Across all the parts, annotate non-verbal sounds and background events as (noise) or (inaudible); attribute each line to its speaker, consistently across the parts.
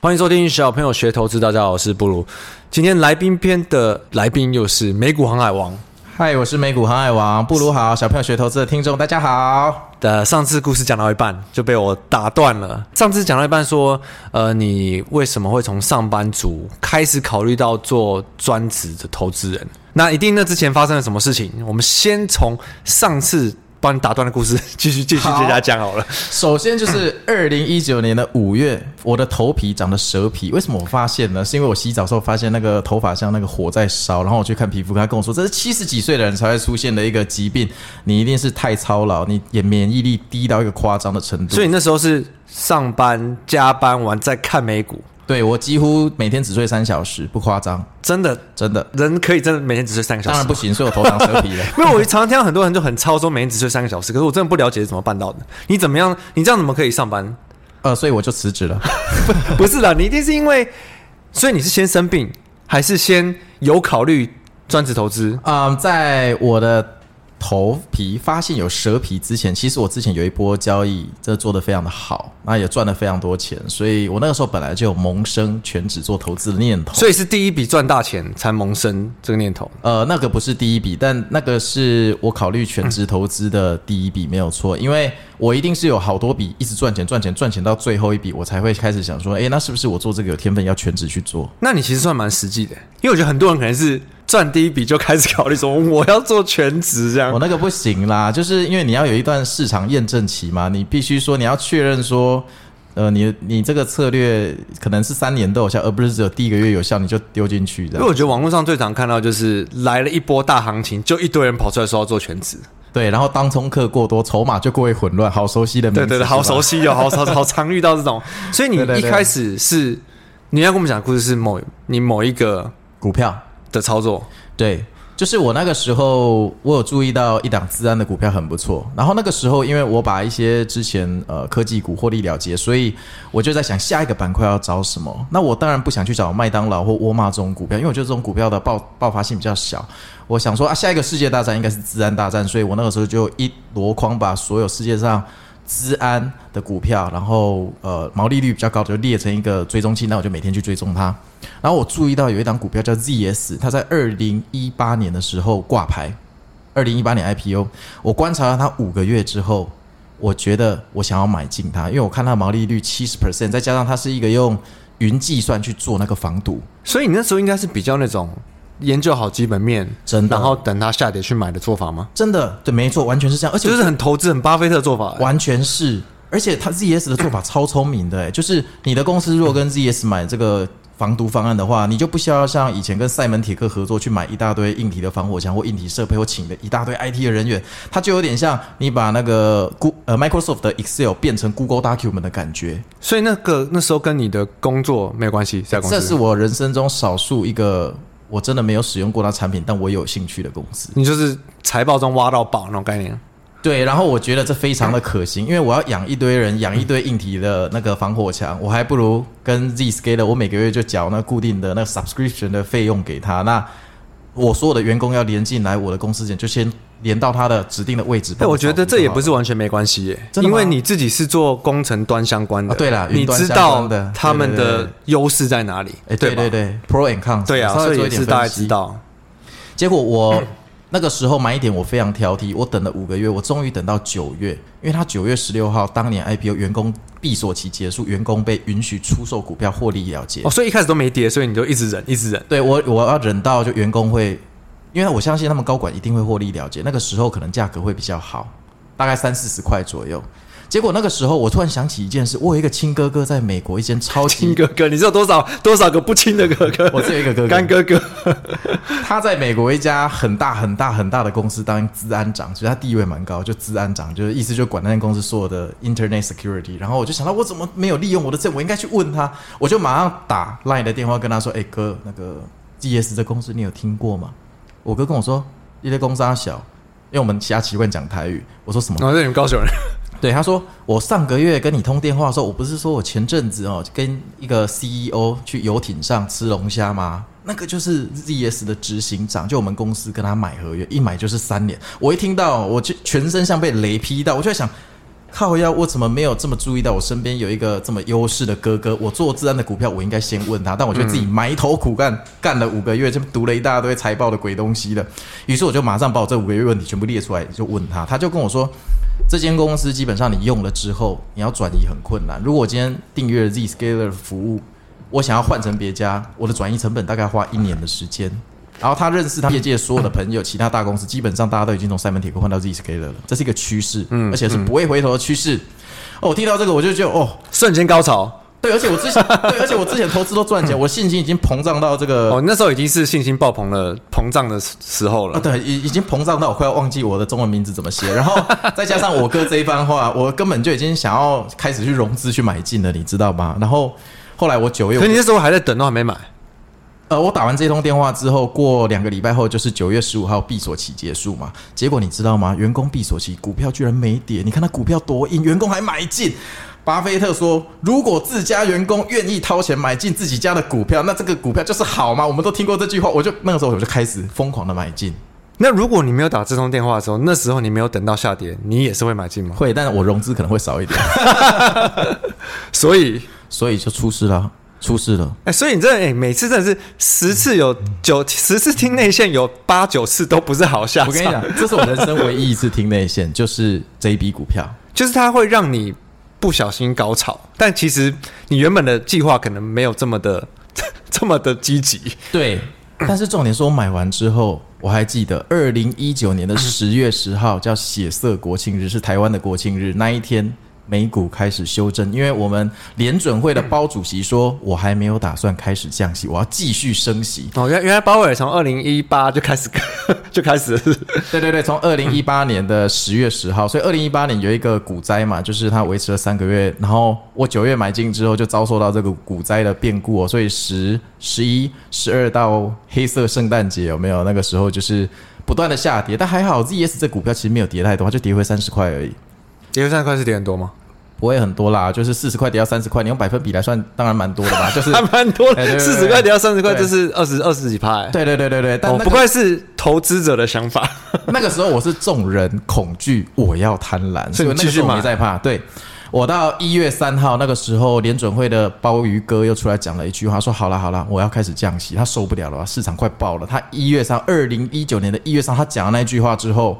Speaker 1: 欢迎收听小朋友学投资，大家好，我是布鲁。今天来宾篇的来宾又是美股航海王。
Speaker 2: 嗨，我是美股航海王布鲁好，小朋友学投资的听众大家好。
Speaker 1: 呃，上次故事讲到一半就被我打断了。上次讲到一半说，呃，你为什么会从上班族开始考虑到做专职的投资人？那一定那之前发生了什么事情？我们先从上次帮你打断的故事继续继续接着讲好了。
Speaker 2: 首先就是二零一九年的五月，我的头皮长了蛇皮，为什么我发现呢？是因为我洗澡的时候发现那个头发像那个火在烧，然后我去看皮肤科，他跟我说这是七十几岁的人才会出现的一个疾病，你一定是太操劳，你也免疫力低到一个夸张的程度
Speaker 1: 所。以那时候是上班加班完再看美股，
Speaker 2: 对我几乎每天只睡三小时，不夸张，
Speaker 1: 真的
Speaker 2: 真的。
Speaker 1: 人可以真的每天只睡三个小
Speaker 2: 当
Speaker 1: 时
Speaker 2: 然
Speaker 1: 吗
Speaker 2: 不行，所以我头长蛇皮了。
Speaker 1: (laughs) 因为我常常听到很多人就很操说每天只睡三个小时，可是我真的不了解是怎么办到的。你怎么样？你这样怎么可以上班？ (laughs)
Speaker 2: 呃，所以我就辞职了。
Speaker 1: 不是啦，你一定是因为，所以你是先生病，还是先有考虑专职投资？
Speaker 2: 嗯，在我的头皮发现有蛇皮之前，其实我之前有一波交易，这做的非常的好，那也赚了非常多钱，所以我那个时候本来就有萌生全职做投资的念头。
Speaker 1: 所以是第一笔赚大钱才萌生这个念头。
Speaker 2: 呃，那个不是第一笔，但那个是我考虑全职投资的第一笔，没有错。因为我一定是有好多笔一直赚钱、赚钱、赚钱到最后一笔，我才会开始想说，诶，那是不是我做这个有天分，要全职去做？
Speaker 1: 那你其实算蛮实际的，因为我觉得很多人可能是赚第一笔就开始考虑说我要做全职这样
Speaker 2: (laughs) 我、。那个不行啦，就是因为你要有一段市场验证期嘛，你必须说你要确认说，呃，你你这个策略可能是三年都有效，而不是只有第一个月有效你就丢进去
Speaker 1: 因
Speaker 2: 的
Speaker 1: 为。我觉得网络上最常看到就是来了一波大行情，就一堆人跑出来说要做全职。
Speaker 2: 对，然后当冲客过多，筹码就过于混乱，好熟悉的名字，
Speaker 1: 对对对，好熟
Speaker 2: 悉。
Speaker 1: 悉哦，好好好常遇到这 (laughs) 种。所以你
Speaker 2: 对对
Speaker 1: 一
Speaker 2: 对
Speaker 1: 开始是你要跟我们讲的故事是某你某一个
Speaker 2: 股票，
Speaker 1: 的操作，
Speaker 2: 对，就是我那个时候，我有注意到一档资安的股票很不错。然后那个时候，因为我把一些之前呃科技股获利了结，所以我就在想下一个板块要找什么。那我当然不想去找麦当劳或沃尔玛这种股票，因为我觉得这种股票的爆爆发性比较小。我想说啊，下一个世界大战应该是资安大战，所以我那个时候就一箩筐把所有世界上。资安的股票，然后呃毛利率比较高的就列成一个追踪器，那我就每天去追踪它。然后我注意到有一档股票叫 ZS，它在二零一八年的时候挂牌，二零一八年 IPO。我观察了它五个月之后，我觉得我想要买进它，因为我看它的毛利率七十 percent，再加上它是一个用云计算去做那个防堵，
Speaker 1: 所以你那时候应该是比较那种研究好基本面，
Speaker 2: 真的
Speaker 1: 然后等它下跌去买的做法吗？
Speaker 2: 真的对，没错，完全是这样，而且
Speaker 1: 就是很投资、很巴菲特的做法。
Speaker 2: 完全是，而且他 ZS 的做法超聪明的、欸，就是你的公司如果跟 ZS 买这个防毒方案的话，你就不需要像以前跟赛门铁克合作去买一大堆硬体的防火墙或硬体设备或请的一大堆 IT 的人员，它就有点像你把那个 Go 呃 Microsoft 的 Excel 变成 Google Document 的感觉。
Speaker 1: 所以那个那时候跟你的工作没有关系，在公司。
Speaker 2: 这是我人生中少数一个我真的没有使用过它产品，但我有兴趣的公司。
Speaker 1: 你就是财报中挖到宝那种概念。
Speaker 2: 对，然后我觉得这非常的可行，因为我要养一堆人，养一堆硬体的那个防火墙，我还不如跟 Zscaler，我每个月就缴那固定的那个 subscription 的费用给他。那我所有的员工要连进来我的公司前，就先连到他的指定的位置。
Speaker 1: 但
Speaker 2: 帮
Speaker 1: 我
Speaker 2: 我
Speaker 1: 觉
Speaker 2: 扫
Speaker 1: 得
Speaker 2: 除
Speaker 1: 这
Speaker 2: 就
Speaker 1: 也
Speaker 2: 好
Speaker 1: 不是
Speaker 2: 了
Speaker 1: 完全没关系耶、
Speaker 2: 真的
Speaker 1: 因
Speaker 2: 吗
Speaker 1: 为你自己是做工程端相关的，
Speaker 2: 啊对啦
Speaker 1: 你
Speaker 2: 云端
Speaker 1: 知
Speaker 2: 相
Speaker 1: 道
Speaker 2: 关的
Speaker 1: 他们
Speaker 2: 对对对
Speaker 1: 的优势在哪里，
Speaker 2: 哎，
Speaker 1: 吧
Speaker 2: 对对对，pro and cons，
Speaker 1: 对啊，
Speaker 2: 稍
Speaker 1: 所
Speaker 2: 微
Speaker 1: 以
Speaker 2: 做一
Speaker 1: 也
Speaker 2: 点
Speaker 1: 是大
Speaker 2: 分
Speaker 1: 家知
Speaker 2: 析。
Speaker 1: 道。
Speaker 2: 结果我那个时候买一点，我非常挑剔，我等了五个月，我终于等到九月，因为他九月十六号当年 IPO 员工闭锁期结束，员工被允许出售股票获利了结
Speaker 1: 哦，。所以一开始都没跌，所以你就一直忍，一直忍。
Speaker 2: 对我，我要忍到就员工会，因为我相信他们高管一定会获利了结，那个时候可能价格会比较好，大概三四十块左右。结果那个时候，我突然想起一件事，我有一个亲哥哥在美国一间
Speaker 1: (laughs)
Speaker 2: 超
Speaker 1: 亲
Speaker 2: 级，
Speaker 1: 哥哥，你是有多少多少个不亲的 (laughs) 哥哥？
Speaker 2: 我只有一个哥哥，
Speaker 1: 干哥哥，哦
Speaker 2: 他在美国一家很大很大很大的公司当资安长，所以他地位蛮高，就资安长，就是意思就管那间公司所有的 Internet Security。然后我就想到，我怎么没有利用我的证？我应该去问他。我就马上打 Line 的电话跟他说：“哎、哥，那个 GS 这公司你有听过吗？”我哥跟我说：“一些公司小，因为我们其他习惯讲台语。”我说什么？
Speaker 1: 然后是你们高雄人，
Speaker 2: 对，他说我上个月跟你通电话的时候，我不是说我前阵子哦跟一个 CEO 去游艇上吃龙虾吗？那个就是 ZS 的执行长，就我们公司跟他买合约，一买就是三年。我一听到，我就全身像被雷劈到，我就在想，靠腰，我怎么没有这么注意到我身边有一个这么优势的哥哥？我做自安的股票，我应该先问他，但我觉得自己埋头苦干，干了五个月，就读了一大堆财报的鬼东西了。于是我就马上把我这五个月问题全部列出来，就问他，他就跟我说。这间公司基本上你用了之后，你要转移很困难。如果我今天订阅了 Zscaler 的服务，我想要换成别家，我的转移成本大概花一年的时间。然后他认识他业界所有的朋友，其他大公司基本上大家都已经从 Simon 铁克换到 Zscaler 了，这是一个趋势，而且是不会回头的趋势。哦，我听到这个我就觉得哦，
Speaker 1: 瞬间高潮
Speaker 2: 对，而且我之前对，而且我之前投资都赚钱，我信心已经膨胀到这个
Speaker 1: (laughs) 哦！你那时候已经是信心爆棚了，膨胀的时时候
Speaker 2: 啊，
Speaker 1: 了。
Speaker 2: 对，已已经膨胀到我快要忘记我的中文名字怎么写，然后再加上我哥这一番话，我根本就已经想要开始去融资去买进了，你知道吗？然后后来我九月
Speaker 1: 可，你那时候还在等，都还没买。
Speaker 2: 呃，我打完这通电话之后，过两个礼拜后就是九月十五号闭锁期结束嘛。结果你知道吗？员工闭锁期，股票居然没跌，你看它股票多硬，员工还买进。巴菲特说：“如果自家员工愿意掏钱买进自己家的股票，那这个股票就是好嘛。”我们都听过这句话，我就那个时候我就开始疯狂的买进。
Speaker 1: 那如果你没有打这通电话的时候，那时候你没有等到下跌，你也是会买进吗？
Speaker 2: 会，但是我融资可能会少一点， (laughs)
Speaker 1: 所以，
Speaker 2: 所以就出事了，出事了。
Speaker 1: 哎、所以你这哎、每次真的是十次有九十次听内线有八九次都不是好下场。
Speaker 2: 我跟你讲，这是我人生唯一一次听内线，就是这一笔股票。
Speaker 1: 就是它会让你不小心高潮，但其实你原本的计划可能没有这么的 (laughs) 这么的积极。
Speaker 2: 对，但是重点是我买完之后，我还记得二零一九年的十月十号叫血色国庆日，是台湾的国庆日那一天。美股开始修正，因为我们联准会的包主席说，我还没有打算开始降息，我要继续升息。
Speaker 1: 哦，原原来鲍威尔从二零一八就开始 (laughs) 就开始了是不是
Speaker 2: 对对对，从二零一八年的十月十号，所以二零一八年有一个股灾嘛，就是它维持了三个月，然后我九月买进之后就遭受到这个股灾的变故哦，所以十、十一、十二到黑色圣诞节有没有？那个时候就是不断的下跌，但还好 ZS 这股票其实没有跌太多，它就跌回三十块而已。
Speaker 1: 跌回三十块是跌很多吗？
Speaker 2: 不会很多啦，就是四十块跌到三十块，你用百分比来算，当然蛮多的吧。就是
Speaker 1: 还蛮多
Speaker 2: 哎对
Speaker 1: 的，
Speaker 2: 对
Speaker 1: 四十块跌到三十块，
Speaker 2: 对
Speaker 1: 这是二十二十几趴、欸。
Speaker 2: 对对对对对，但
Speaker 1: 哦
Speaker 2: 那，
Speaker 1: 不
Speaker 2: 个
Speaker 1: 愧是投资者的想法。
Speaker 2: (laughs) 那个时候我是众人恐惧，我要贪婪，
Speaker 1: 所
Speaker 2: 所
Speaker 1: 以
Speaker 2: 以
Speaker 1: 你
Speaker 2: 那
Speaker 1: 继
Speaker 2: 个
Speaker 1: 续
Speaker 2: 时候我没
Speaker 1: 买
Speaker 2: 在怕。对我到一月三号那个时候，联准会的鲍鱼哥又出来讲了一句话，说：“好了好了，我要开始降息，他受不了了，市场快爆了。”他一月三，二零一九年的一月三，他讲了那句话之后。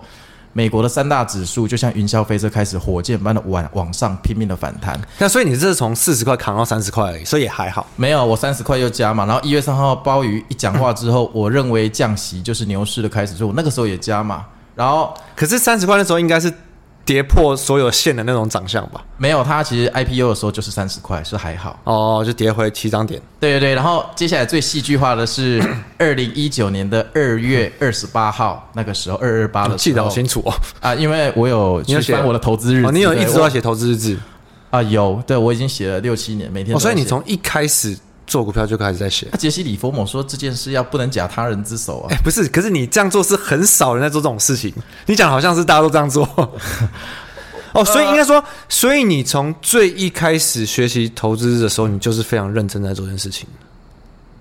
Speaker 2: 美国的三大指数就像云霄飞车开始火箭般的往往上拼命的反弹，
Speaker 1: (laughs) 那所以你这是从四十块扛到三十块而已，所以也还好。
Speaker 2: 没有，我三十块又加嘛。然后一月三号鲍鱼一讲话之后，我认为降息就是牛市的开始，所以我那个时候也加嘛。然后
Speaker 1: 可是三十块那时候应该是跌破所有线的那种长相吧？
Speaker 2: 没有，它其实 IPO 的时候就是三十块，是还好。
Speaker 1: 哦，就跌回七张点。
Speaker 2: 对对对，然后接下来最戏剧化
Speaker 1: (coughs)
Speaker 2: 的是二零一九年的二月二十八号，那个时候二二八的
Speaker 1: 记
Speaker 2: 时
Speaker 1: 得好
Speaker 2: 候
Speaker 1: 清楚哦。
Speaker 2: 啊，因为我有
Speaker 1: 你有
Speaker 2: 去
Speaker 1: 写
Speaker 2: 翻我的投资日
Speaker 1: 哦，
Speaker 2: 志，
Speaker 1: 你有一
Speaker 2: 对
Speaker 1: 直都在写投资日志。
Speaker 2: 我啊有，对我已经写了六七年，每天都
Speaker 1: 哦，所以
Speaker 2: 在
Speaker 1: 你
Speaker 2: 写
Speaker 1: 从一开始做股票就开始在写。
Speaker 2: 啊杰西·里佛某说这件事要不能假他人之手啊
Speaker 1: 哎、，不是，可是你这样做是很少人在做这种事情。你讲的好像是大家都这样做。 (laughs) 哦，所以应该说，所以你从最一开始学习投资的时候，你就是非常认真在做这件事情。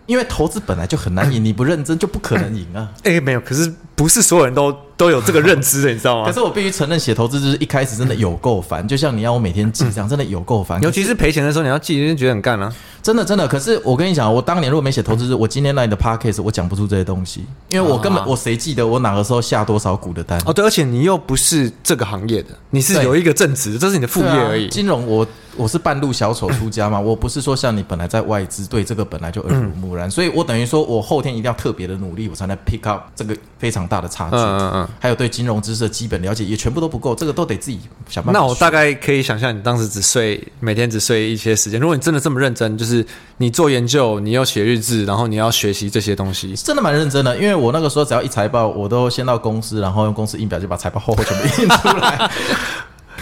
Speaker 2: 因为投资本来就很难赢，你不认真就不可能赢
Speaker 1: (coughs)
Speaker 2: 啊。
Speaker 1: 哎、没有，可是不是所有人都都有这个认知的，你知道
Speaker 2: 可
Speaker 1: (laughs) 吗？
Speaker 2: 是我必须承认，写投资就是一开始真的有够烦，就像你要我每天记账，真的有够烦。
Speaker 1: 尤其是赔钱的时候，你要记，就觉得很干啊。
Speaker 2: 真的真的，可是我跟你讲，我当年如果没写投资日，我今天来你的 podcast 我讲不出这些东西，因为我根本、
Speaker 1: 啊
Speaker 2: 我谁记得我哪个时候下多少股的单？
Speaker 1: 哦，对，而且你又不是这个行业的，你是
Speaker 2: 对
Speaker 1: 有一个正职，这是你的副业
Speaker 2: 对啊
Speaker 1: 而已。
Speaker 2: 金融我我是半路小丑出家嘛，我不是说像你本来在外资对这个本来就耳濡目
Speaker 1: 嗯
Speaker 2: 染，所以我等于说我后天一定要特别的努力，我才能 pick up 这个非常大的差距。
Speaker 1: 嗯嗯嗯。
Speaker 2: 还有对金融知识的基本了解也全部都不够，这个都得自己想办法
Speaker 1: 那
Speaker 2: 学。
Speaker 1: 我大概可以想象，你当时只睡每天只睡一些时间。如果你真的这么认真，就是你做研究，你要写日志，然后你要学习这些东西。
Speaker 2: 真的蛮认真的，因为我那个时候只要一财报，我都先到公司，然后用公司印表就把财报厚厚全部印出来。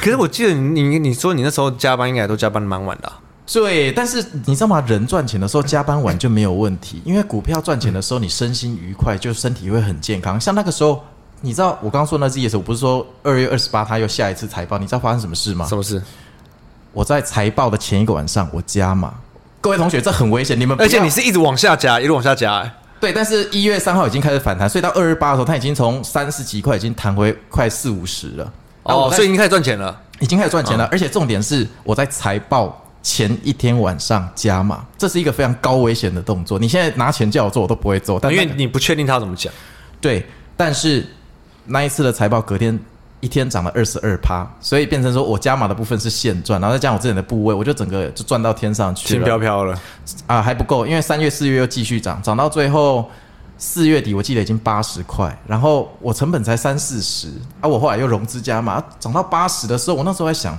Speaker 1: 可是我记得你你你说你那时候加班应该也都加班得蛮晚的啊、
Speaker 2: 对，但是你知道吗？人赚钱的时候加班晚就没有问题，因为股票赚钱的时候你身心愉快，就身体会很健康。像那个时候，你知道我刚刚说那 ZS，我不是说二月二十八他又下一次财报，你知道发生什么事吗
Speaker 1: 什？么事？
Speaker 2: 我在财报的前一个晚上我加码，各位同学这很危险，你们不
Speaker 1: 而且
Speaker 2: 要
Speaker 1: 你是一直往下加，一路往下加、欸
Speaker 2: 对，但是一月三号已经开始反弹，所以到二十八的时候，它已经从三十几块已经弹回快四五十了。啊
Speaker 1: 哦，
Speaker 2: 我在
Speaker 1: 所以已经开始赚钱了。
Speaker 2: 已经开始赚
Speaker 1: 嗯
Speaker 2: 钱了，而且重点是我在财报。前一天晚上加码，这是一个非常高危险的动作。你现在拿钱叫我做，我都不会做。但
Speaker 1: 因
Speaker 2: 那
Speaker 1: 为
Speaker 2: 个
Speaker 1: 你不确定他怎么讲。
Speaker 2: 对，但是那一次的财报隔天一天涨了二十二趴，所以变成说我加码的部分是现赚，然后再加上我之前的部位，我就整个就赚到天上去
Speaker 1: 轻
Speaker 2: 了。
Speaker 1: 飘飘了，
Speaker 2: 啊，还不够，因为三月、四月又继续涨，涨到最后四月底我记得已经八十块，然后我成本才三四十啊，我后来又融资加码，涨到八十的时候，我那时候在想，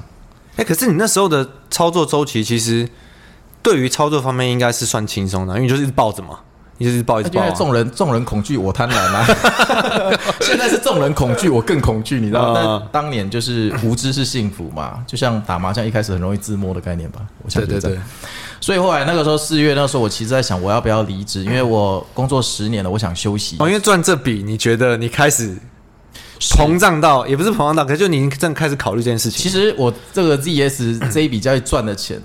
Speaker 1: 哎、可是你那时候的操作周期，其实对于操作方面应该是算轻松的，因为你就是一直抱着嘛，你就是一直抱一直
Speaker 2: 因
Speaker 1: 抱、
Speaker 2: 为
Speaker 1: 啊。
Speaker 2: 众人众人恐惧，我贪婪啊，
Speaker 1: (laughs)
Speaker 2: (laughs) 现在是众人恐惧，我更恐惧，你知道吗？
Speaker 1: 嗯
Speaker 2: 但当年就是无知是幸福嘛，就像打麻将一开始很容易自摸的概念吧，我想
Speaker 1: 对对对，
Speaker 2: 所以后来那个时候四月那时候，我其实在想我要不要离职，因为我工作十年了，我想休息。
Speaker 1: 哦，因为赚这笔，你觉得你开始
Speaker 2: 是
Speaker 1: 膨胀到，也不是膨胀到，可是就你正开始考虑这件事情。
Speaker 2: 其实我这个 ZS 这一笔交易赚的钱，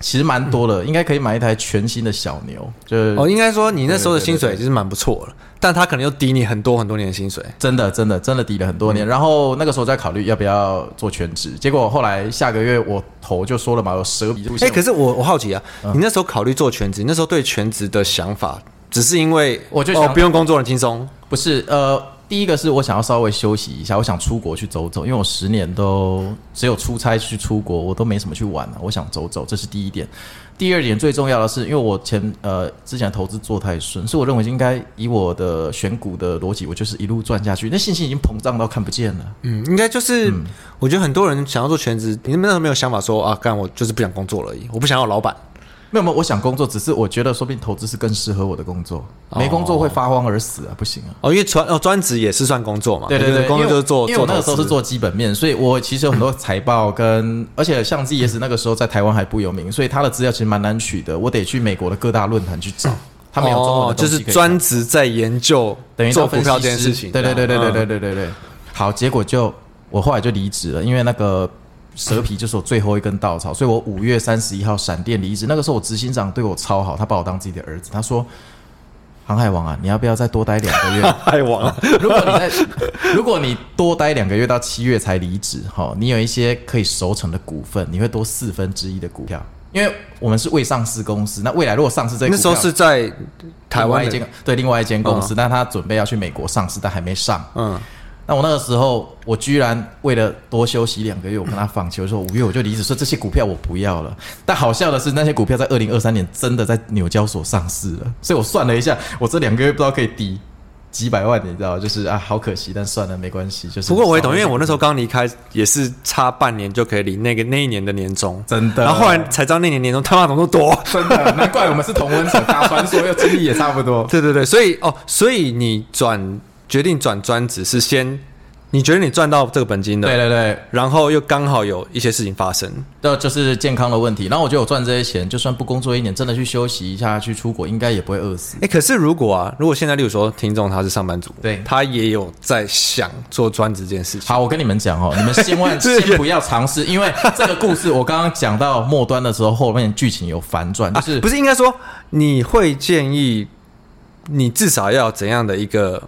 Speaker 2: 其实蛮多的，应该可以买一台全新的小牛，就是
Speaker 1: 哦，应该说你那时候的薪
Speaker 2: 对对
Speaker 1: 水
Speaker 2: 对
Speaker 1: 其实蛮不错了，但他可能又低你很多很多年的薪水。
Speaker 2: 真的真的真的抵了很多
Speaker 1: 嗯
Speaker 2: 年。然后那个时候在考虑要不要做全职，结果后来下个月我头就说了嘛，有蛇笔出
Speaker 1: 哎、
Speaker 2: 现。
Speaker 1: 可是我我好奇啊，
Speaker 2: 嗯
Speaker 1: 你那时候考虑做全职，你那时候对全职的想法，只是因为
Speaker 2: 我就
Speaker 1: 哦
Speaker 2: 想
Speaker 1: 不用工作很轻松，
Speaker 2: 不是呃，第一个是我想要稍微休息一下，我想出国去走走，因为我十年都只有出差去出国，我都没什么去玩啊了、我想走走，这是第一点。第二点最重要的是，因为我前呃之前投资做太顺，所以我认为应该以我的选股的逻辑，我就是一路赚下去。那信心已经膨胀到看不见了。
Speaker 1: 嗯，应该就是、我觉得很多人想要做全职，你们那时候没有想法说啊，干我就是不想工作了而已，我不想要老板。
Speaker 2: 没有没有，我想工作，只是我觉得说不定投资是更适合我的工作，没工作会发慌而死啊，不行啊。
Speaker 1: 哦，因为专哦专职也是算工作嘛，
Speaker 2: 对对
Speaker 1: 就是
Speaker 2: 对，
Speaker 1: 工作就是做
Speaker 2: 因为我因为
Speaker 1: 做
Speaker 2: 我那个时候
Speaker 1: 投
Speaker 2: 是
Speaker 1: 资
Speaker 2: 做基本面，所以我其实有很多财报 (laughs) 跟，而且像 ZS 那个时候在台湾还不有名，所以他的资料其实蛮难取的，我得去美国的各大论坛去找，他没有中文
Speaker 1: 哦
Speaker 2: 的
Speaker 1: 就
Speaker 2: 东西
Speaker 1: 是
Speaker 2: 可以看
Speaker 1: 专职在研究
Speaker 2: 等于
Speaker 1: 做股
Speaker 2: 当分析
Speaker 1: 票这件
Speaker 2: 师
Speaker 1: 事情。
Speaker 2: 对对
Speaker 1: 这
Speaker 2: 对对对
Speaker 1: 样嗯
Speaker 2: 对，对对对。好，结果就我后来就离职了，因为那个蛇皮就是我最后一根稻草，所以我五月三十一号闪电离职。那个时候我执行长对我超好，他把我当自己的儿子，他说。航海王啊，你要不要再多待两个
Speaker 1: (laughs)
Speaker 2: 月？ (laughs)
Speaker 1: 爱王啊，
Speaker 2: 如果你在，如果你多待两个月到七月才离职，哈、你有一些可以熟成的股份，你会多四分之一的股票，因为我们是未上市公司。那未来如果上市这些
Speaker 1: 那
Speaker 2: 股
Speaker 1: 时
Speaker 2: 票，
Speaker 1: 候是在台湾
Speaker 2: 另外一
Speaker 1: 的
Speaker 2: 间嗯对另外一间公司，但他准备要去美国上市，但还没上。
Speaker 1: 嗯，
Speaker 2: 那我那个时候，我居然为了多休息两个月，我跟他放弃，我说五月我就离职，说这些股票我不要了。但好笑的是，那些股票在二零二三年真的在纽交所上市了，所以我算了一下，我这两个月不知道可以抵几百万，你知道，就是啊，好可惜，但算了，没关系，就是。
Speaker 1: 不过我也懂，因为我那时候刚离开，也是差半年就可以领那个那一年的年终，
Speaker 2: (laughs) 真的
Speaker 1: 然后后来才知道那年年终他妈怎么那么多。
Speaker 2: 真的难怪我们是同温层，打传说又经历也差不多。
Speaker 1: (laughs) 对对对，所以哦，所以你转决定转专职是先，你觉得你赚到这个本金的，
Speaker 2: 对对对，
Speaker 1: 然后又刚好有一些事情发生，
Speaker 2: 这就是健康的问题。然后我觉得我赚这些钱，就算不工作一年，真的去休息一下，去出国，应该也不会饿死。
Speaker 1: 哎，可是如果啊，如果现在例如说听众他是上班族，
Speaker 2: 对
Speaker 1: 他也有在想做专职这件事情，
Speaker 2: 好，我跟你们讲哦，你们千
Speaker 1: (laughs)
Speaker 2: 万
Speaker 1: 这个
Speaker 2: 先不要尝试，因为这个故事我刚刚讲到末端的时候，后面剧情有反转，就
Speaker 1: 啊
Speaker 2: 是、
Speaker 1: 不是应该说你会建议你至少要怎样的一个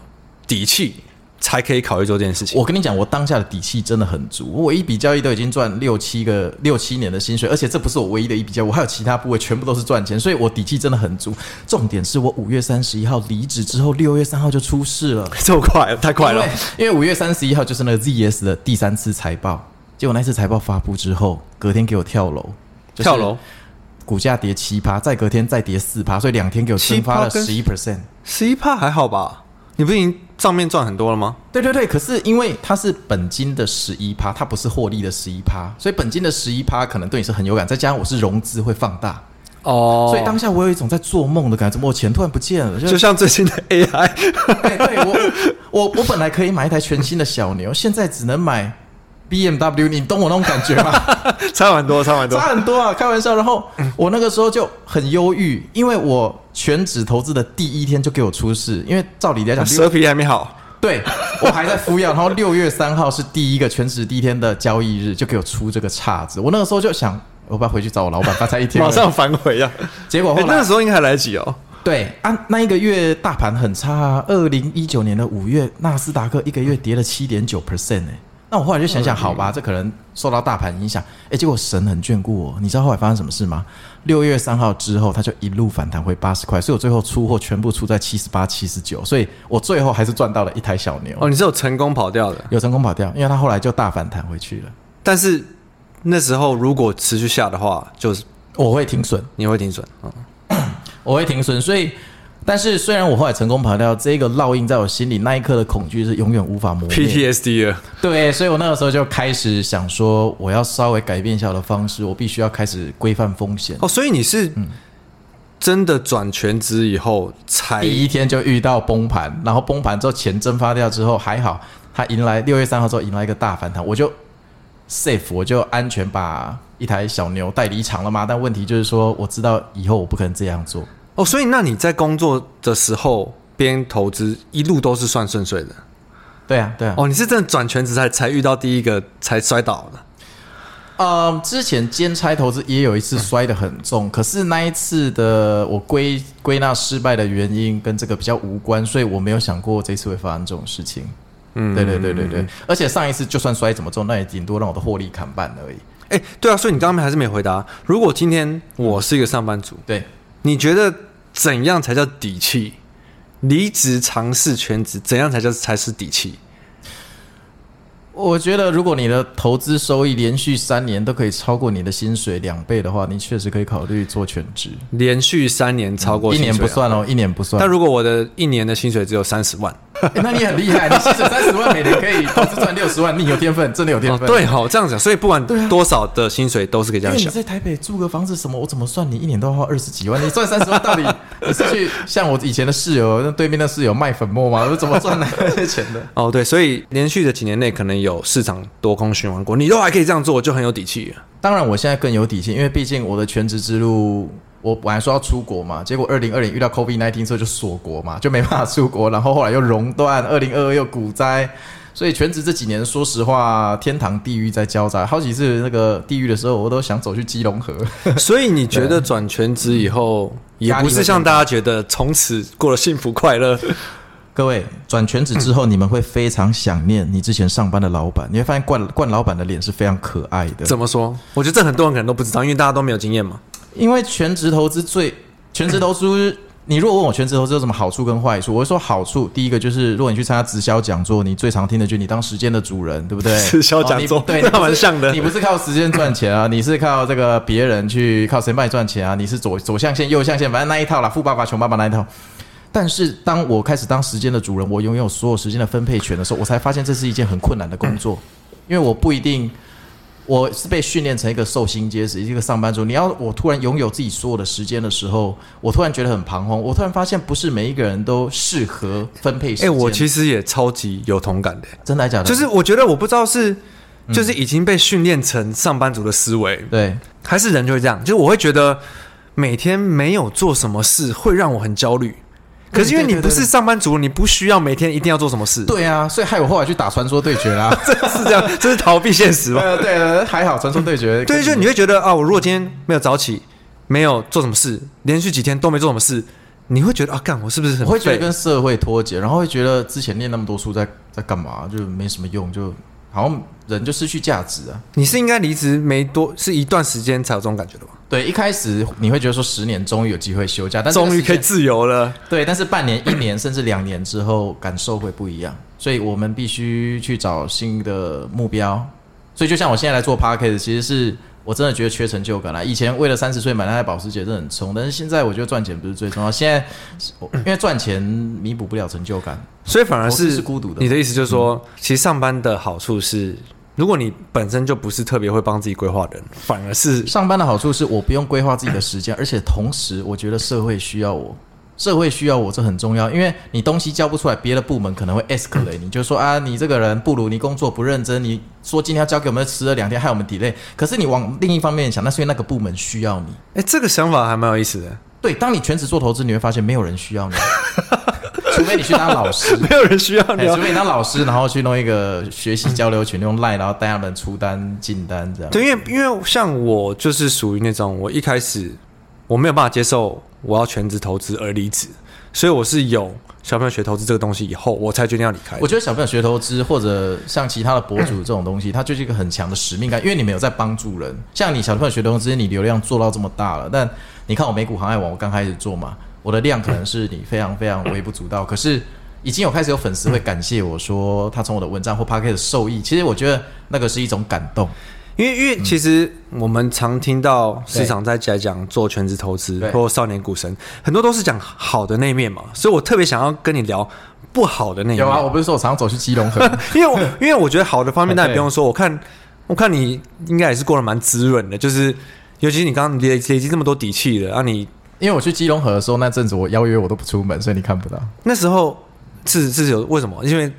Speaker 1: 底气才可以考虑做这件事情？
Speaker 2: 我跟你讲，我当下的底气真的很足，我一笔交易都已经赚六七个六七年的薪水，而且这不是我唯一的一笔交易，我还有其他部位全部都是赚钱，所以我底气真的很足。重点是我五月三十一号离职之后，六月三号就出事了。
Speaker 1: (laughs) 这么快，太快了！
Speaker 2: 因为因为五月三十一号就是那个 ZS 的第三次财报，结果那次财报发布之后，隔天给我跳楼，就是
Speaker 1: 跳楼
Speaker 2: 股价跌七趴，再隔天再跌四趴，所以两天给我蒸发了
Speaker 1: 7%跟
Speaker 2: 十一 percent。
Speaker 1: 十一帕还好吧？你不是已经账面赚很多了吗？
Speaker 2: 对对对，可是因为它是本金的十一趴，它不是获利的十一趴，所以本金的十一趴可能对你是很有感，再加上我是融资会放大，
Speaker 1: 哦
Speaker 2: 所以当下我有一种在做梦的感觉，怎么我钱突然不
Speaker 1: (laughs)
Speaker 2: 见了？就
Speaker 1: 就像最近的 AI，
Speaker 2: 哎，对我我我本来可以买一台全新的小牛，现在只能买 BMW，你懂我那种感觉吗？
Speaker 1: 差蛮多，差蛮多。
Speaker 2: (laughs) 差很多啊，开玩笑。然后我那个时候就很忧郁，因为我全职投资的第一天就给我出事，因为照理来讲，
Speaker 1: 蛇皮还没好，
Speaker 2: 对我还在服药，然后六月三号是第一个全职第一天的交易日，就给我出这个岔子。我那个时候就想，我要不要回去找我老板，发财一天而
Speaker 1: 马
Speaker 2: 已。
Speaker 1: 上反悔呀！
Speaker 2: 结果
Speaker 1: 哎，
Speaker 2: 后
Speaker 1: 那
Speaker 2: 来
Speaker 1: 个时候应该还来得及哦。
Speaker 2: 对啊，那一个月大盘很差啊，二零一九年的五月，纳斯达克一个月跌了七点九 percent 哎，那我后来就想想，好吧，这可能受到大盘影响。哎，结果神很眷顾我，你知道后来发生什么事吗？六月三号之后，它就一路反弹回八十块，所以我最后出货全部出在七十八、七十九，所以我最后还是赚到了一台小牛，
Speaker 1: 哦，你是有成功跑掉的，
Speaker 2: 有成功跑掉，因为它后来就大反弹回去了。
Speaker 1: 但是那时候如果持续下的话，就是
Speaker 2: 我会停损，
Speaker 1: 你会停损。嗯，
Speaker 2: 我会停损，所以。但是虽然我后来成功跑掉，这个烙印在我心里那一刻的恐惧是永远无法磨灭的。
Speaker 1: PTSD 了，
Speaker 2: 对，所以我那个时候就开始想说，我要稍微改变一下我的方式，我必须要开始规范风险。
Speaker 1: 哦，所以你是
Speaker 2: 嗯
Speaker 1: 真的转全职以后才
Speaker 2: 第一天就遇到崩盘，然后崩盘之后钱蒸发掉之后还好，它迎来六月三号之后迎来一个大反弹，我就 safe，我就安全把一台小牛带离场了嘛。但问题就是说，我知道以后我不可能这样做。
Speaker 1: 哦，所以那你在工作的时候边投资一路都是算顺遂的。
Speaker 2: 对啊，对啊。
Speaker 1: 哦，你是真的转全职才才遇到第一个才摔倒的。
Speaker 2: 呃，之前兼差投资也有一次摔得很重，可是那一次的我归归纳失败的原因跟这个比较无关，所以我没有想过这次会发生这种事情。嗯，对对对对对，而且上一次就算摔怎么重，那也顶多让我的获利砍半而已。
Speaker 1: 哎、对啊，所以你刚刚还是没回答。如果今天我是一个上班族，
Speaker 2: 对，
Speaker 1: 你觉得怎样才叫底气？离职尝试全职，怎样才叫才是底气？
Speaker 2: 我觉得如果你的投资收益连续三年都可以超过你的薪水两倍的话，你确实可以考虑做全职。
Speaker 1: 连续三年超过
Speaker 2: 一年
Speaker 1: 薪水
Speaker 2: 不
Speaker 1: 啊。
Speaker 2: 算哦，一年不算。
Speaker 1: 但如果我的一年的薪水只有三十万，
Speaker 2: 欸那你很厉害，你薪水三十万，每年可以投资赚六十万，你有天分，真的有天
Speaker 1: 哦
Speaker 2: 分。
Speaker 1: 对哦，这样讲，所以不管多少的薪水都是可以这
Speaker 2: 啊因
Speaker 1: 样
Speaker 2: 为你
Speaker 1: 想。
Speaker 2: 在台北租个房子什么，我怎么算你一年都要花二十几万？你赚三十万，到底 (laughs) 你是去像我以前的室友，那对面的室友卖粉末吗？我怎么赚来那些钱的？
Speaker 1: 哦，对，所以连续的几年内可能有市场多空循环过，你都还可以这样做，就很有底气了。
Speaker 2: (laughs) 当然，我现在更有底气，因为毕竟我的全职之路，我本来说要出国嘛，结果二零二零遇到 COVID nineteen 之后就锁国嘛，就没办法出国，然后后来又熔断，二零二二又股灾，所以全职这几年，说实话，天堂地狱在交杂，好几次那个地狱的时候，我都想走去基隆河。
Speaker 1: 所以你觉得转全职以后，也
Speaker 2: 压力
Speaker 1: 不
Speaker 2: 会
Speaker 1: 是像大家觉得从此过了幸福快乐，
Speaker 2: 各位转全
Speaker 1: 嗯
Speaker 2: 职之后，你们会非常想念你之前上班的老板，你会发现冠冠老板的脸是非常可爱的。
Speaker 1: 怎么说？我觉得这很多人可能都不知道，因为大家都没有经验嘛。
Speaker 2: 因为全职投资最全职投资，你如果问我全职投资有什么好处跟坏处，我会说好处，第一个就是如果你去参加直销讲座，你最常听的就是你当时间的主人，对
Speaker 1: (laughs)
Speaker 2: 不对？
Speaker 1: 直销讲座
Speaker 2: 哦你对，你
Speaker 1: (laughs)
Speaker 2: 不
Speaker 1: 那蛮
Speaker 2: 是
Speaker 1: 像的
Speaker 2: 你不是靠时间赚钱啊， (laughs) 你是靠这个别人去靠谁帮你赚钱啊？你是左左象限、右象限，反正那一套啦，富爸爸穷爸爸那一套。但是当我开始当时间的主人，我拥有所有时间的分配权的时候，我才发现这是一件很困难的工作，因为我不一定，我是被训练成一个受薪阶级，一个上班族。你要我突然拥有自己所有的时间的时候，我突然觉得很彷徨，我突然发现不是每一个人都适合分配时
Speaker 1: 哎、
Speaker 2: 间。嗯
Speaker 1: 我其
Speaker 2: 实
Speaker 1: 实也超级有同感的、
Speaker 2: 真的还假的，
Speaker 1: 就是我觉得我不知道是，就是已经被训练成上班族的思维，
Speaker 2: 对，
Speaker 1: 还是人就会这样，就是我会觉得每天没有做什么事会让我很焦虑。可是因为你
Speaker 2: 对对
Speaker 1: 不
Speaker 2: 对
Speaker 1: 是上班族，你不需要每天一定要做什么事，
Speaker 2: 对啊，所以害我后来去打传说对决啦。
Speaker 1: (laughs) 是这样，这是逃避现实吧？
Speaker 2: 呃，对了，还好传说对决。
Speaker 1: 对，就你会觉得啊，我如果今天没有早起，没有做什么事，连续几天都没做什么事，你会觉得啊，干我是不是很
Speaker 2: 我会觉得
Speaker 1: 废
Speaker 2: 跟社会脱节，然后会觉得之前念那么多书在在干嘛，就没什么用，就好像人就失去价值啊。
Speaker 1: 你是应该离职没多是一段时间才有这种感觉的吧？
Speaker 2: 对，一开始你会觉得说十年终于有机会休假，但是这个
Speaker 1: 终于
Speaker 2: 时
Speaker 1: 可以
Speaker 2: 间
Speaker 1: 自由了。
Speaker 2: 对，但是半年、一年甚至两年之后感受会不一样，所以我们必须去找新的目标。所以就像我现在来做 p a c k a g e 其实是我真的觉得缺成就感啦。以前为了三十岁买那台保时捷真的很冲，但是现在我觉得赚钱不是最重要，现在我因为赚钱弥补不了成就感。
Speaker 1: 所以反而
Speaker 2: 投
Speaker 1: 是
Speaker 2: 资是孤独的嗯
Speaker 1: 你的意思就是说，其实上班的好处是，如果你本身就不是特别会帮自己规划的人，反而是
Speaker 2: 上班的好处是我不用规划自己的时间，而且同时我觉得社会需要我，社会需要我这很重要，因为你东西交不出来，别的部门可能会 escalate，你就说啊，你这个人不如你工作不认真，你说今天要交给我们迟了两天，害我们 delay。可是你往另一方面想，那是因为那个部门需要你。
Speaker 1: 哎、这个想法还蛮有意思的。
Speaker 2: 对，当你全职做投资，你会发现没有人需
Speaker 1: (laughs)
Speaker 2: 要你，除非你去当老师。
Speaker 1: 没有人需要
Speaker 2: 哎
Speaker 1: (laughs) 你、
Speaker 2: 除
Speaker 1: 啊。
Speaker 2: 非你当老师，然后去弄一个学习交流群，用 line，然后带他们出单、进单这样。
Speaker 1: 对，因为因为像我就是属于那种，我一开始我没有办法接受我要全职投资而离职，所以我是有小朋友学投资这个东西以后，我才决定要离开的。
Speaker 2: 我觉得小朋友学投资或者像其他的博主这种东西，它就是一个很强的使命感，因为你们有在帮助人。像你小朋友学投资，你流量做到这么大了，但你看我美股航海网，我刚开始做嘛，我的量可能是你非常非常微不足道，可是已经有开始有粉丝会感谢我说他从我的文章或 p a c k a g e 受益，其实我觉得那个是一种感动。
Speaker 1: 因为因为其实我们常听到市场在在讲做全职投资
Speaker 2: 对
Speaker 1: 或少年股神，很多都是讲好的那一面嘛，所以我特别想要跟你聊不好的那一面。
Speaker 2: 有啊，我不是说我常常走去基隆河，
Speaker 1: (laughs) 因为我因为我觉得好的方面，那也不用说。我看我看你应该也是过得蛮滋润的，就是尤其是你刚刚累累积这么多底气了，啊你，
Speaker 2: 因为我去基隆河的时候，那阵子我邀约我都不出门，所以你看不到。
Speaker 1: 那时候是是有为什么？因为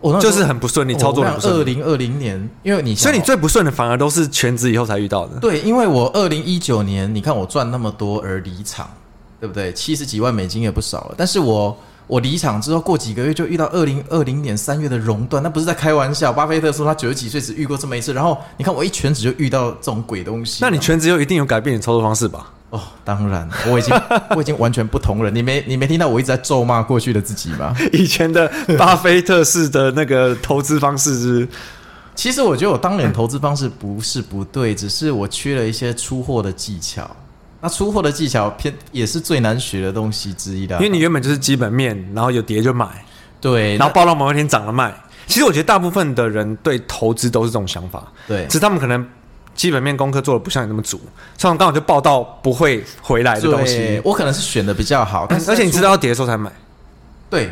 Speaker 2: 我那时
Speaker 1: 就
Speaker 2: 候
Speaker 1: 是很不顺利，操作得很不
Speaker 2: 二
Speaker 1: 顺利，
Speaker 2: 零二零年，因为你想
Speaker 1: 所
Speaker 2: 哦
Speaker 1: 以你最不顺的反而都是全职以后才遇到 (laughs) 的。
Speaker 2: 对，因为我二零一九年，你看我赚那么多而离场，对不对？七十几万美金也不少了。但是我我离场之后，过几个月就遇到二零二零年三月的熔断，那不是在开玩笑。巴菲特说他九十几岁只遇过这么一次，然后你看我一拳子就遇到这种鬼东西。
Speaker 1: 那你全职又一定有改变你操作方式吧？
Speaker 2: 哦，当然，我已经 (laughs) 我已经完全不同了。你没你没听到我一直在咒骂过去的自己吗？
Speaker 1: (laughs)
Speaker 2: (laughs)
Speaker 1: 以前的巴菲特式的那个投资方式是，
Speaker 2: 其实我觉得我当年投资方式不是不对，只是我缺了一些出货的技巧。那出货的技巧偏也是最难学的东西之一的啊，
Speaker 1: (laughs) 因为你原本就是基本面，然后有跌就买，
Speaker 2: 对，
Speaker 1: 然后报到某一天涨了卖。其实我觉得大部分的人对投资都是这种想法，
Speaker 2: 对
Speaker 1: 只是他们可能基本面功课做的不像你那么足，所以我刚好就报到不会回来的东
Speaker 2: 对
Speaker 1: 西，，嗯
Speaker 2: 我可能是选的比较好，但是
Speaker 1: 而且你知
Speaker 2: 道
Speaker 1: 道要跌的时候才买。
Speaker 2: 对，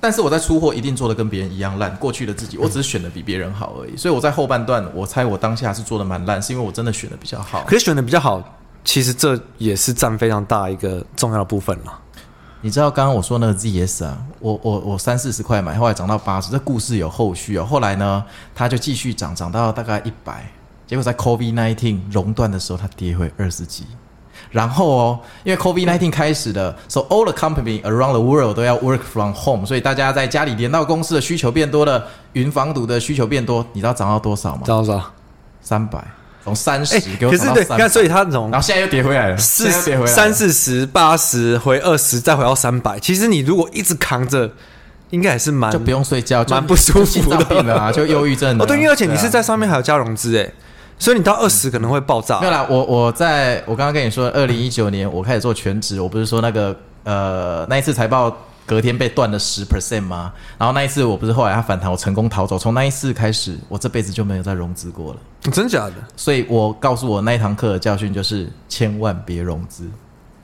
Speaker 2: 但是我在出货一定做的跟别人一样烂，过去的自己我只是选的比别人好而已，所以我在后半段，我猜我当下是做的蛮烂，是因为我真的选的比较好。
Speaker 1: 可是选的比较好，其实这也是占非常大一个重要的部分了。
Speaker 2: 你知道刚刚我说那个 ZS 啊，我我我三四十块买，后来涨到八十，这故事有后续哦。后来呢，它就继续涨，涨到大概一百，结果在 COVID nineteen 熔断的时候，它跌回二十几。然后哦，因为 COVID nineteen 开始了，so all the company around the world 都要 work from home，所以大家在家里连到公司的需求变多了，云防毒的需求变多，你知道涨到多少吗
Speaker 1: 知？道是吧？
Speaker 2: 三百，从三十
Speaker 1: 哎、
Speaker 2: 给我
Speaker 1: 可是
Speaker 2: 涨到
Speaker 1: 对，
Speaker 2: 三
Speaker 1: 看，
Speaker 2: 百，
Speaker 1: 所以他那种
Speaker 2: 然后现在又跌回来了，
Speaker 1: 四
Speaker 2: 现在又跌回来了
Speaker 1: 三四十、八十回二十，再回到三百。其实你如果一直扛着，应该也是蛮
Speaker 2: 就不用睡觉，就
Speaker 1: 蛮不舒服的
Speaker 2: 就心脏病了啊，
Speaker 1: (laughs)
Speaker 2: 就忧郁症了。
Speaker 1: 哦，对，因为而且你
Speaker 2: 对啊
Speaker 1: 是在上面还有加融资哎，所以你到二十可能会爆炸
Speaker 2: 啊没。有啦，我我在我刚刚跟你说，二零一九年我开始做全职，我不是说那个呃那一次财报隔天被断了十 percent 吗？然后那一次我不是后来它反弹，我成功逃走。从那一次开始，我这辈子就没有再融资过了。
Speaker 1: 真假的？
Speaker 2: 所以我告诉我那一堂课的教训就是，千万别融资。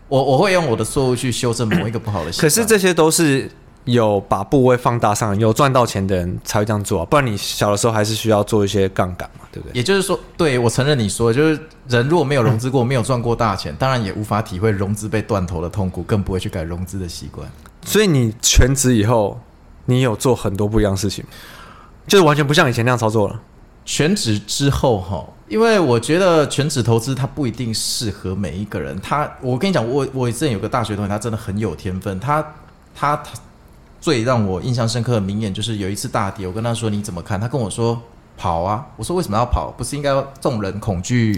Speaker 2: 我我会用我的错误去修正某一个不好的习惯。
Speaker 1: 可是这些都是有把部位放大上，有赚到钱的人才会这样做啊，不然你小的时候还是需要做一些杠杆嘛，对不对？
Speaker 2: 也就是说，对我承认你说，就是人如果没有融资过，没有赚过大钱，当然也无法体会融资被断头的痛苦，更不会去改融资的习惯。
Speaker 1: 所以你全职以后，你有做很多不一样的事情，就是完全不像以前那样操作了。
Speaker 2: 全职之后哈，因为我觉得全职投资它不一定适合每一个人。他，我跟你讲，我我之前有个大学同学，他真的很有天分。他他他最让我印象深刻的名言就是有一次大跌，我跟他说你怎么看？他跟我说。跑啊！我说为什么要跑？不是应该要众人恐 (laughs) 惧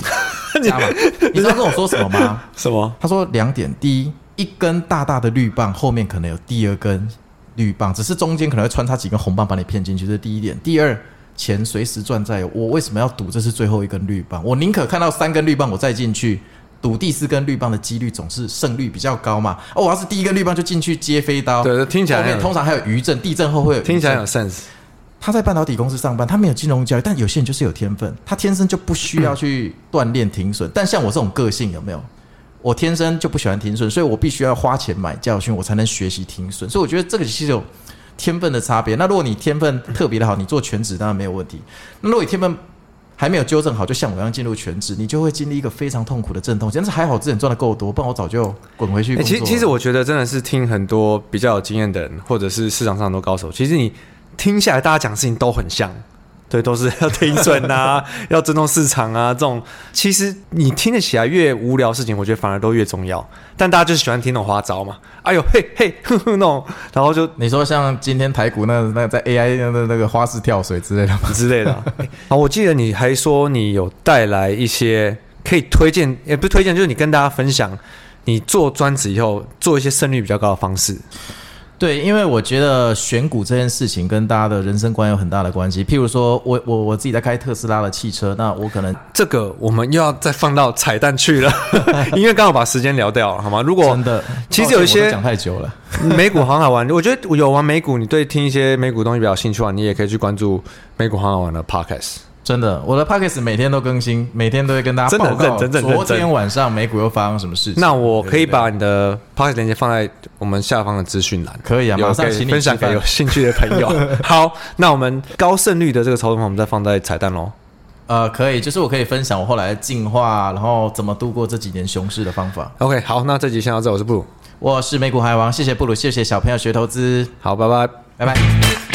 Speaker 2: 加吗？你知道他跟我说什么吗？
Speaker 1: 什么？
Speaker 2: 他说两点：第一，一根大大的绿棒后面可能有第二根绿棒，只是中间可能会穿插几根红棒把你骗进去，这是第一点。第二，钱随时赚在有，我为什么要赌这是最后一根绿棒？我宁可看到三根绿棒我再进去。赌第四根绿棒的几率总是胜率比较高嘛？哦，我要是第一根绿棒就进去接飞刀，
Speaker 1: 对，听起
Speaker 2: 后
Speaker 1: 来
Speaker 2: 面通
Speaker 1: 很
Speaker 2: 常还有余震，地震后会有余
Speaker 1: 听起来
Speaker 2: 震
Speaker 1: 很有 sense。
Speaker 2: 他在半导体公司上班，他没有金融教育，但有些人就是有天分，他天生就不需要去锻炼停损。但像我这种个性，有没有？我天生就不喜欢停损，所以我必须要花钱买教训，我才能学习停损。所以我觉得这个是有天分的差别。那如果你天分特别的好，你做全职当然没有问题。那如果你天分还没有纠正好，就像我一样进入全职，你就会经历一个非常痛苦的阵痛期。但是还好之前赚的够多，不然我早就滚回去
Speaker 1: 欸
Speaker 2: 工作
Speaker 1: 其
Speaker 2: 了、
Speaker 1: 其实我觉得真的是听很多比较有经验的人，或者是市场上很多高手，其实你听下来，大家讲的事情都很像，对，都是要听准
Speaker 2: (laughs)
Speaker 1: 啊，要尊重市场啊，这种其实你听得起来越无聊的事情，我觉得反而都越重要。但大家就是喜欢听那种花招嘛，哎呦嘿嘿 (laughs) 哼哼那种，然后就
Speaker 2: 你说像今天台股那那在 AI 那那那个花式跳水之类的吗？
Speaker 1: 之类
Speaker 2: (laughs)
Speaker 1: 的啊、欸好，我记得你还说你有带来一些可以推荐，也不是推荐，就是你跟大家分享你做专职以后，做一些胜率比较高的方式。
Speaker 2: 对，因为我觉得选股这件事情跟大家的人生观有很大的关系。譬如说我我我自己在开特斯拉的汽车，那我可能
Speaker 1: 这个我们又要再放到彩蛋去
Speaker 2: (laughs)
Speaker 1: 了，因为刚好把时间聊掉了，好吗？如果
Speaker 2: 真的，
Speaker 1: 其实有一些
Speaker 2: 抱歉我都讲太久了。
Speaker 1: 美股很好玩，我觉得有玩美股，你对听一些美股东西比较有兴趣啊，你也可以去关注美股很好玩的 podcast。
Speaker 2: 真的，我的 p o c k e t 每天都更新，每天都会跟大家
Speaker 1: 真的
Speaker 2: 报告
Speaker 1: 认真认真
Speaker 2: 昨天晚上美股又发生什么事情。
Speaker 1: 那我可以
Speaker 2: 对对对
Speaker 1: 把你的 podcast 链接放在我们下方的资讯栏，
Speaker 2: 可以啊
Speaker 1: 有
Speaker 2: 马上
Speaker 1: 给
Speaker 2: 请你
Speaker 1: 分享
Speaker 2: 吃
Speaker 1: 给
Speaker 2: 饭
Speaker 1: 有兴趣的朋
Speaker 2: (laughs)
Speaker 1: 友。好，那我们高胜率的这个操作，我们再放在彩蛋喽。
Speaker 2: 呃，可以，就是我可以分享我后来的进化，然后怎么度过这几年熊市的方法。
Speaker 1: OK，好，那这集先到这，我是布鲁，
Speaker 2: 我是美股海王，谢谢布鲁，谢谢小朋友学投资，
Speaker 1: 好，拜拜。
Speaker 2: 拜拜。